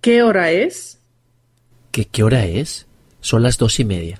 ¿Qué hora es? ¿Qué, qué hora es? Son las dos y media.